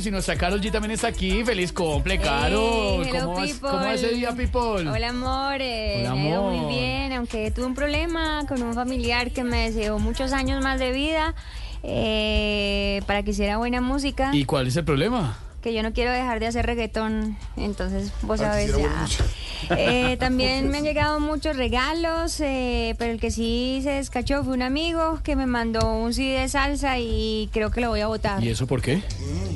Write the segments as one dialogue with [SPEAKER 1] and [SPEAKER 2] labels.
[SPEAKER 1] Si nuestra Carol G también está aquí, feliz cumple, Carol.
[SPEAKER 2] hello,
[SPEAKER 1] ¿Cómo, vas-
[SPEAKER 2] people.
[SPEAKER 1] ¿Cómo va ese día, people?
[SPEAKER 2] Hola, amores.
[SPEAKER 1] Hola,
[SPEAKER 2] Me ha ido
[SPEAKER 1] amor.
[SPEAKER 2] muy bien, aunque tuve un problema con un familiar que me deseó muchos años más de vida eh, para que hiciera buena música,
[SPEAKER 1] ¿Y cuál es el problema?
[SPEAKER 2] que yo no quiero dejar de hacer reggaetón, entonces vos
[SPEAKER 3] Ah,
[SPEAKER 2] sabés
[SPEAKER 3] quisiera buena
[SPEAKER 2] ya.
[SPEAKER 3] música.
[SPEAKER 2] Eh, también me han llegado muchos regalos, eh, pero el que sí se descachó fue un amigo que me mandó un CD de salsa y creo que lo voy a votar,
[SPEAKER 1] ¿Y eso por qué?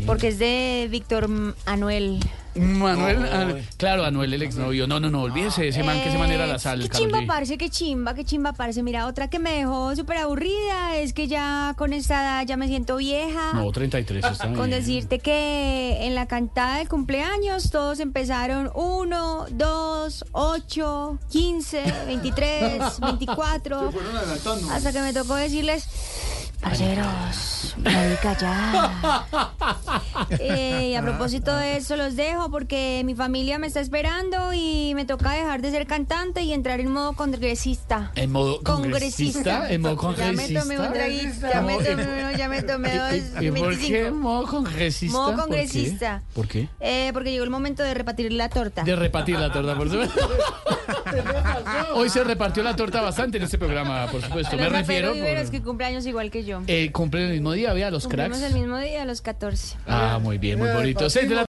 [SPEAKER 2] porque es de Víctor Anuel.
[SPEAKER 1] Manuel, An- claro, Anuel, el exnovio. No, no, no, olvídese de ese man que se manera la
[SPEAKER 2] Eh,
[SPEAKER 1] sal,
[SPEAKER 2] Qué
[SPEAKER 1] Karol
[SPEAKER 2] chimba,
[SPEAKER 1] G.
[SPEAKER 2] parce, qué chimba, qué chimba, parce. Mira, otra que me dejó súper aburrida es que ya con esta edad ya me siento vieja.
[SPEAKER 1] No, 33 está
[SPEAKER 2] Con
[SPEAKER 1] bien.
[SPEAKER 2] decirte que en la cantada de cumpleaños todos empezaron 1, 2, 8, 15, 23, 24.
[SPEAKER 3] Fueron adelantando.
[SPEAKER 2] Hasta que me tocó decirles, parceros, marica ya. Eh, y a propósito de eso, los dejo porque mi familia me está esperando y me toca dejar de ser cantante y entrar en modo congresista.
[SPEAKER 1] En modo congresista.
[SPEAKER 2] Congresista.
[SPEAKER 1] En modo
[SPEAKER 2] Ya me
[SPEAKER 1] congresista.
[SPEAKER 2] tomé un traguito, ya me tomé uno, ya me tomé dos,
[SPEAKER 1] ¿Y, y- y por qué
[SPEAKER 2] 25.
[SPEAKER 1] modo congresista?
[SPEAKER 2] Modo
[SPEAKER 1] ¿Por qué?
[SPEAKER 2] congresista.
[SPEAKER 1] ¿Por qué?
[SPEAKER 2] Eh, porque llegó el momento de repartir la torta.
[SPEAKER 1] De repartir la torta, por supuesto. Hoy se repartió la torta bastante en este programa, por supuesto. Me
[SPEAKER 2] Los
[SPEAKER 1] refiero.
[SPEAKER 2] raperos viveros
[SPEAKER 1] por-
[SPEAKER 2] que cumpleaños igual que yo.
[SPEAKER 1] Eh, cumplen el mismo día, vea, los
[SPEAKER 2] Cumplimos
[SPEAKER 1] cracks.
[SPEAKER 2] el mismo día, a los 14.
[SPEAKER 1] Ah, muy bien, muy bonito. Seis de la